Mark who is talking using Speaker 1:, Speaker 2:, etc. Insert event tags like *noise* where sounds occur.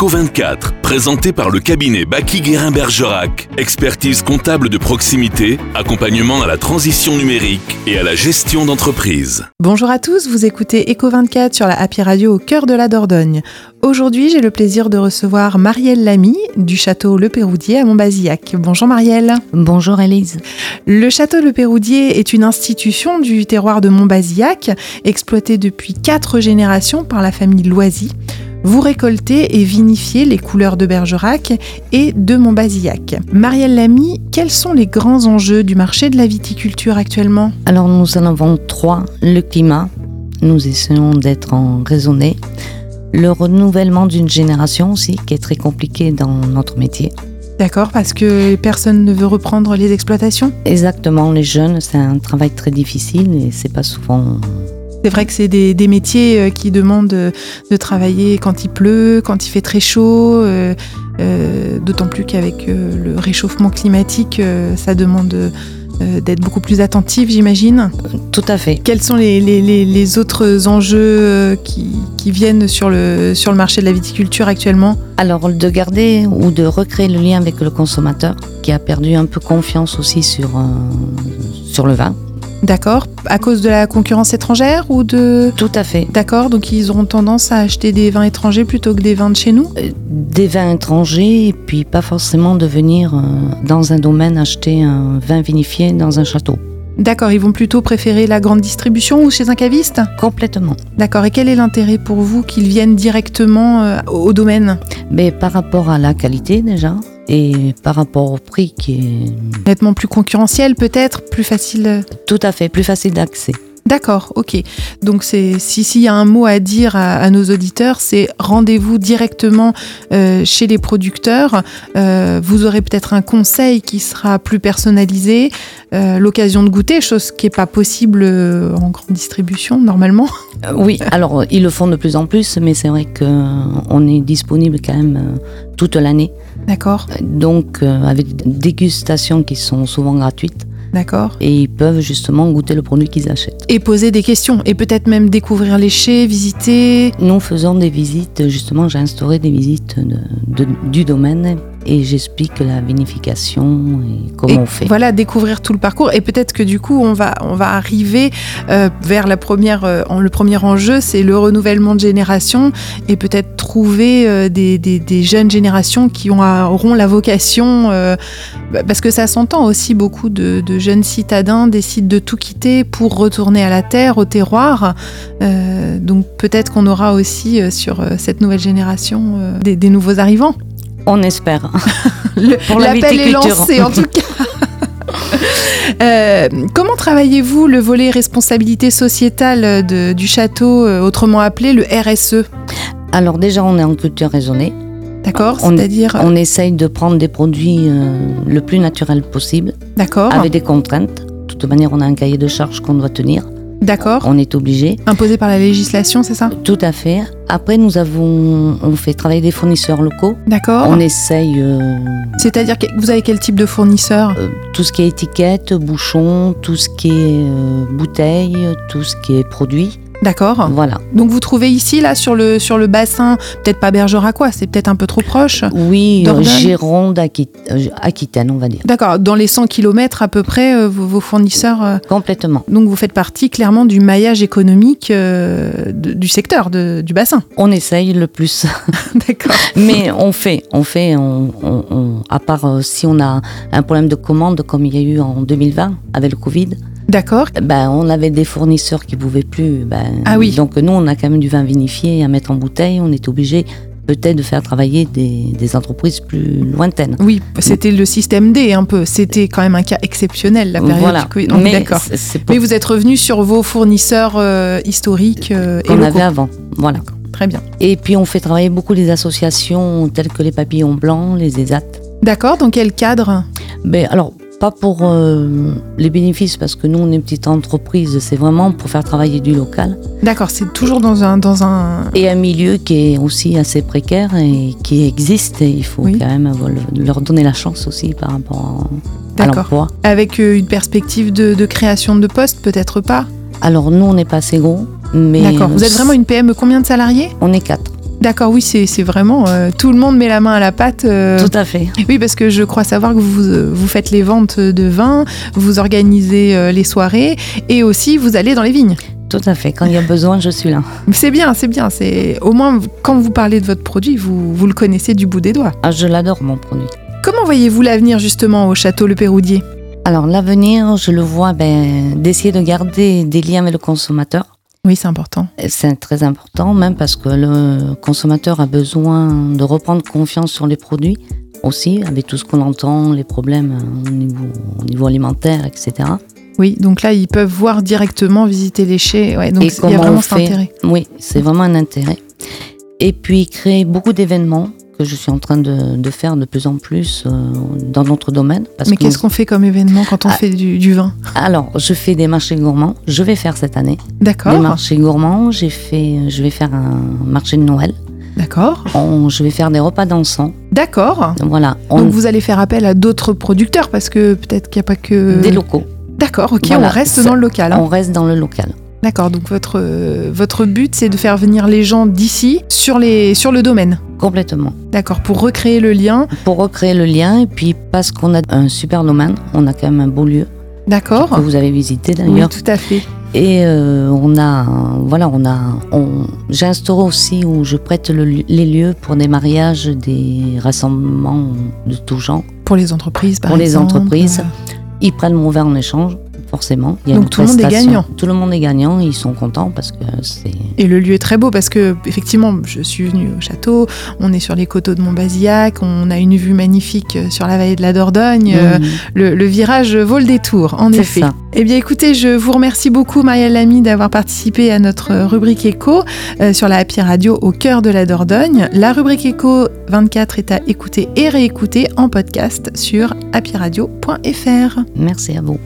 Speaker 1: Eco24, présenté par le cabinet Baki Guérin Bergerac. Expertise comptable de proximité, accompagnement à la transition numérique et à la gestion d'entreprise.
Speaker 2: Bonjour à tous, vous écoutez Eco24 sur la Happy Radio au cœur de la Dordogne. Aujourd'hui, j'ai le plaisir de recevoir Marielle Lamy du château Le Péroudier à Montbazillac. Bonjour Marielle.
Speaker 3: Bonjour Elise.
Speaker 2: Le château Le Péroudier est une institution du terroir de Montbazillac, exploitée depuis quatre générations par la famille Loisy. Vous récoltez et vinifiez les couleurs de Bergerac et de Montbazillac. Marielle Lamy, quels sont les grands enjeux du marché de la viticulture actuellement
Speaker 3: Alors nous en avons trois. Le climat, nous essayons d'être en raisonné. Le renouvellement d'une génération aussi, qui est très compliqué dans notre métier.
Speaker 2: D'accord, parce que personne ne veut reprendre les exploitations
Speaker 3: Exactement, les jeunes, c'est un travail très difficile et c'est pas souvent
Speaker 2: C'est vrai que c'est des, des métiers euh, qui demandent euh, de travailler quand il pleut, quand il fait très chaud, euh, euh, d'autant plus qu'avec euh, le réchauffement climatique, euh, ça demande euh, d'être beaucoup plus attentif, j'imagine.
Speaker 3: tout à fait.
Speaker 2: Quels sont les, les- les- les autres enjeux euh, qui, qui viennent sur le, sur le marché de la viticulture actuellement
Speaker 3: Alors de garder ou de recréer le lien avec le consommateur qui a perdu un peu confiance aussi sur, euh, sur le vin.
Speaker 2: D'accord À cause de la concurrence étrangère ou de...
Speaker 3: Tout à fait.
Speaker 2: D'accord, donc ils auront tendance à acheter des vins étrangers plutôt que des vins de chez nous
Speaker 3: Euh, Des vins étrangers et puis pas forcément de venir euh, dans un domaine acheter un vin vinifié dans un château.
Speaker 2: D'accord, ils vont plutôt préférer la grande distribution ou chez un caviste
Speaker 3: Complètement.
Speaker 2: D'accord, et quel est l'intérêt pour vous qu'ils viennent directement euh, au domaine
Speaker 3: Mais par rapport à la qualité déjà et par rapport au prix qui est
Speaker 2: Nettement plus concurrentiel peut-être, plus facile euh,
Speaker 3: tout à fait plus facile d'accès.
Speaker 2: D'accord, ok. Donc c'est si- s'il y a un mot à dire à, à nos auditeurs, c'est rendez-vous directement euh, chez les producteurs. Euh, vous aurez peut-être un conseil qui sera plus personnalisé, euh, l'occasion de goûter, chose qui n'est pas possible euh, en grande distribution normalement. *laughs*
Speaker 3: Euh, oui, *laughs* alors ils le font de plus en plus, mais c'est vrai qu'on est disponible quand même euh, toute l'année.
Speaker 2: D'accord,
Speaker 3: Donc euh, avec des dégustations qui sont souvent gratuites
Speaker 2: d'accord.
Speaker 3: et ils peuvent justement goûter le produit qu'ils achètent.
Speaker 2: Et poser des questions et peut-être même découvrir les chais, visiter.
Speaker 3: Nous faisons des visites, justement j'ai instauré des visites de- de- du domaine et j'explique la vinification et comment
Speaker 2: Et
Speaker 3: on fait.
Speaker 2: Voilà, découvrir tout le parcours. Et peut-être que du coup, on va, on va arriver euh, vers la première, euh, en- le premier enjeu, c'est le renouvellement de génération et peut-être trouver euh, des, des- des jeunes générations qui ont, un- auront la vocation, euh, bah, parce que ça s'entend aussi, beaucoup de, de jeunes citadins décident de tout quitter pour retourner à la terre, au terroir. Euh, donc peut-être qu'on aura aussi euh, sur euh, cette nouvelle génération euh, des- des nouveaux arrivants.
Speaker 3: On espère.
Speaker 2: Le-
Speaker 3: Pour la
Speaker 2: L'appel est
Speaker 3: viticulture.
Speaker 2: lancé en tout
Speaker 3: *laughs*
Speaker 2: cas. Euh, comment travaillez-vous le volet responsabilité sociétale euh, de- du château, euh, autrement appelé le E, RSE
Speaker 3: Alors déjà on est en culture raisonnée.
Speaker 2: D'accord
Speaker 3: On-
Speaker 2: C'est-à-dire. euh,
Speaker 3: On essaye de prendre des produits euh, le plus naturel possible,
Speaker 2: D'accord.
Speaker 3: avec des contraintes. De toute manière, on a un cahier de charges qu'on doit tenir.
Speaker 2: D'accord.
Speaker 3: On est obligé.
Speaker 2: Imposé par la législation, c'est ça
Speaker 3: Tout à fait. Après, nous avons, on fait travailler des fournisseurs locaux.
Speaker 2: D'accord.
Speaker 3: On essaye euh,
Speaker 2: C'est-à-dire que vous avez quel type de fournisseur
Speaker 3: euh, tout ce qui est étiquette, bouchon, tout ce qui est euh, bouteille, tout ce qui est produit.
Speaker 2: D'accord.
Speaker 3: Voilà.
Speaker 2: Donc vous trouvez ici, là, sur le, sur le bassin, peut-être pas Bergeracois, c'est peut-être un peu trop proche.
Speaker 3: Oui, euh,
Speaker 2: Dordogne.
Speaker 3: Gironde, Aquit- euh, Aquitaine, on va dire.
Speaker 2: D'accord. Dans les 100 km à peu près, euh, vos, vos fournisseurs. euh,
Speaker 3: Complètement.
Speaker 2: Donc vous faites partie clairement du maillage économique euh, de- du secteur, de- du bassin. *laughs*
Speaker 3: On essaye le plus.
Speaker 2: D'accord.
Speaker 3: Mais on fait, on fait, on, on- on- à part euh, si on a un problème de commande comme il y a eu en 2020 avec le Covid,
Speaker 2: D'accord.
Speaker 3: ben, on avait des fournisseurs qui ne pouvaient plus. Ben,
Speaker 2: Ah oui.
Speaker 3: Donc nous, on a quand même du vin vinifié à mettre en bouteille, on est obligé peut-être de faire travailler des, des entreprises plus lointaines.
Speaker 2: Oui, c'était le système D un peu. C'était quand même un cas exceptionnel, la période
Speaker 3: voilà.
Speaker 2: du Covid. On est
Speaker 3: Mais
Speaker 2: D'accord.
Speaker 3: c'est- c'est pour
Speaker 2: Mais vous êtes revenu sur vos fournisseurs euh, historiques euh, et
Speaker 3: qu'on
Speaker 2: locaux.
Speaker 3: avait avant. Voilà.
Speaker 2: Très bien.
Speaker 3: Et puis on fait travailler beaucoup les associations telles que les papillons blancs, les E ESAT.
Speaker 2: D'accord. Dans quel cadre
Speaker 3: Ben, alors, pas pour euh, les bénéfices, parce que nous, on est une petite entreprise, c'est vraiment pour faire travailler du local.
Speaker 2: D'accord. C'est toujours dans un dans un.
Speaker 3: Et un milieu qui est aussi assez précaire et qui existe, et il faut
Speaker 2: Oui.
Speaker 3: quand même avoir le- leur donner la chance aussi par rapport à, à
Speaker 2: D'accord.
Speaker 3: l'emploi.
Speaker 2: Avec euh, une perspective de, de création de postes, peut-être pas.
Speaker 3: Alors, nous, on n'est pas assez gros, mais.
Speaker 2: D'accord. Vous
Speaker 3: euh,
Speaker 2: êtes vraiment une PME. Combien de salariés
Speaker 3: On est quatre.
Speaker 2: D'accord, oui, c'est c'est vraiment euh, tout le monde met la main à la pâte. euh,
Speaker 3: Tout à fait.
Speaker 2: Oui, parce que je crois savoir que vous, euh, vous faites les ventes de vin, vous organisez euh, les soirées et aussi vous allez dans les vignes.
Speaker 3: Tout à fait. Quand il y a besoin, je suis là.
Speaker 2: C'est bien, c'est bien. C'est Au moins, quand vous parlez de votre produit, vous, vous le connaissez du bout des doigts.
Speaker 3: Ah, je l'adore, mon produit.
Speaker 2: Comment voyez-vous l'avenir justement au château Le Péroudier
Speaker 3: Alors, l'avenir, je le vois ben, d'essayer de garder des liens avec le consommateur.
Speaker 2: Oui, c'est important.
Speaker 3: Et C'est très important, même parce que le consommateur a besoin de reprendre confiance sur les produits aussi, avec tout ce qu'on entend, les problèmes euh, au niveau, au niveau alimentaire, etc.
Speaker 2: Oui, donc là, ils peuvent voir directement, visiter les chais. Ouais, donc
Speaker 3: Et
Speaker 2: il y a
Speaker 3: comment
Speaker 2: vraiment
Speaker 3: on
Speaker 2: cet
Speaker 3: fait
Speaker 2: intérêt.
Speaker 3: Oui, c'est vraiment un intérêt. Et puis, créer beaucoup d'événements que je suis en train de, de faire de plus en plus euh, dans notre domaine. Parce
Speaker 2: Mais
Speaker 3: que-
Speaker 2: qu'est-ce qu'on fait comme événement quand on
Speaker 3: Ah.
Speaker 2: fait du, du vin
Speaker 3: Alors, je fais des marchés gourmands. Je vais faire cette année des
Speaker 2: D'accord,
Speaker 3: marchés gourmands. J'ai fait, je vais faire un marché de Noël.
Speaker 2: d'accord,
Speaker 3: On- je vais faire des repas dansants.
Speaker 2: d'accord.
Speaker 3: Voilà, on,
Speaker 2: Donc vous allez faire appel à d'autres producteurs parce que peut-être qu'il n'y a pas que...
Speaker 3: des locaux.
Speaker 2: D'accord, ok,
Speaker 3: Voilà,
Speaker 2: on reste
Speaker 3: ça-
Speaker 2: dans le local. hein.
Speaker 3: On reste dans le local.
Speaker 2: D'accord, donc votre, euh, votre but c'est de faire venir les gens d'ici sur, les, sur le domaine.
Speaker 3: Complètement.
Speaker 2: D'accord, pour recréer le lien.
Speaker 3: Pour recréer le lien, et puis parce qu'on a un super domaine, on a quand même un beau lieu que
Speaker 2: D'accord.
Speaker 3: vous avez visité
Speaker 2: Ah. Oui,
Speaker 3: d'ailleurs.
Speaker 2: tout à fait.
Speaker 3: Et euh, on a, euh, voilà, on a, on, j'ai instauré aussi où je prête le li- les lieux pour des mariages, des rassemblements de tout genre.
Speaker 2: Pour les entreprises, par
Speaker 3: Pour les
Speaker 2: exemple.
Speaker 3: entreprises. Ils prennent mon verre en échange, forcément. Il y a
Speaker 2: Donc
Speaker 3: une
Speaker 2: tout le monde est
Speaker 3: prestation.
Speaker 2: gagnant.
Speaker 3: Tout le monde est gagnant, ils sont contents parce que c'est.
Speaker 2: Et le lieu est très beau parce que, effectivement, je suis venue au château, on est sur les coteaux de Montbazillac, on a une vue magnifique euh, sur la vallée de la Dordogne. euh,
Speaker 3: Mmh.
Speaker 2: le, le virage vaut le détour, en
Speaker 3: C'est
Speaker 2: effet.
Speaker 3: ça.
Speaker 2: Eh bien, écoutez, je vous remercie beaucoup, Marielle Lamy, d'avoir participé à notre rubrique écho euh, sur la Happy Radio au cœur de la Dordogne. La rubrique écho 24 est à écouter et réécouter en podcast sur happyradio.fr.
Speaker 3: Merci à vous.